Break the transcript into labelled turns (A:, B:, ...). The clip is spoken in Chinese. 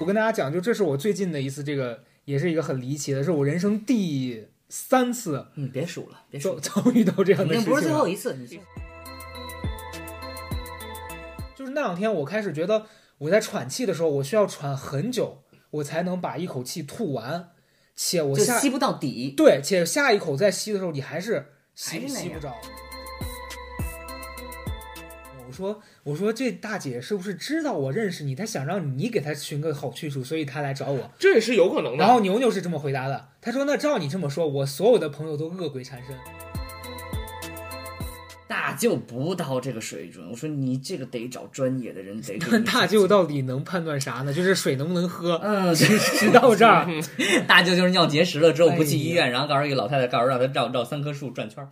A: 我跟大家讲，就这是我最近的一次，这个也是一个很离奇的，是我人生第三次
B: 嗯，别数了，别数
A: 遭
B: 了，
A: 遭遇到这样
B: 肯
A: 的事
B: 定
A: 情。
B: 不是最后一次。你
A: 就是那两天我开始觉得我在喘气的时候，我需要喘很久，我才能把一口气吐完，且我
B: 就
A: 下
B: 吸不到底，
A: 对，且下一口再吸的时候，你还是吸
B: 还是那
A: 吸不
B: 样
A: 着。我说我说这大姐是不是知道我认识你，她想让你给她寻个好去处，所以她来找我。
C: 这也是有可能
A: 然
C: 的。
A: 后牛牛是这么回答的，他说：“那照你这么说，我所有的朋友都恶鬼缠身。
B: 大舅不到这个水准。我说你这个得找专业的人，得给
A: 那
B: 你
A: 大舅到底能判断啥呢？就是水能不能 喝？
B: 嗯，对
A: 直到这儿，
B: 大舅就是尿结石了之后不去医
A: 哎
B: 院，然后告诉一个老太太，告诉让她绕绕三棵树转圈儿。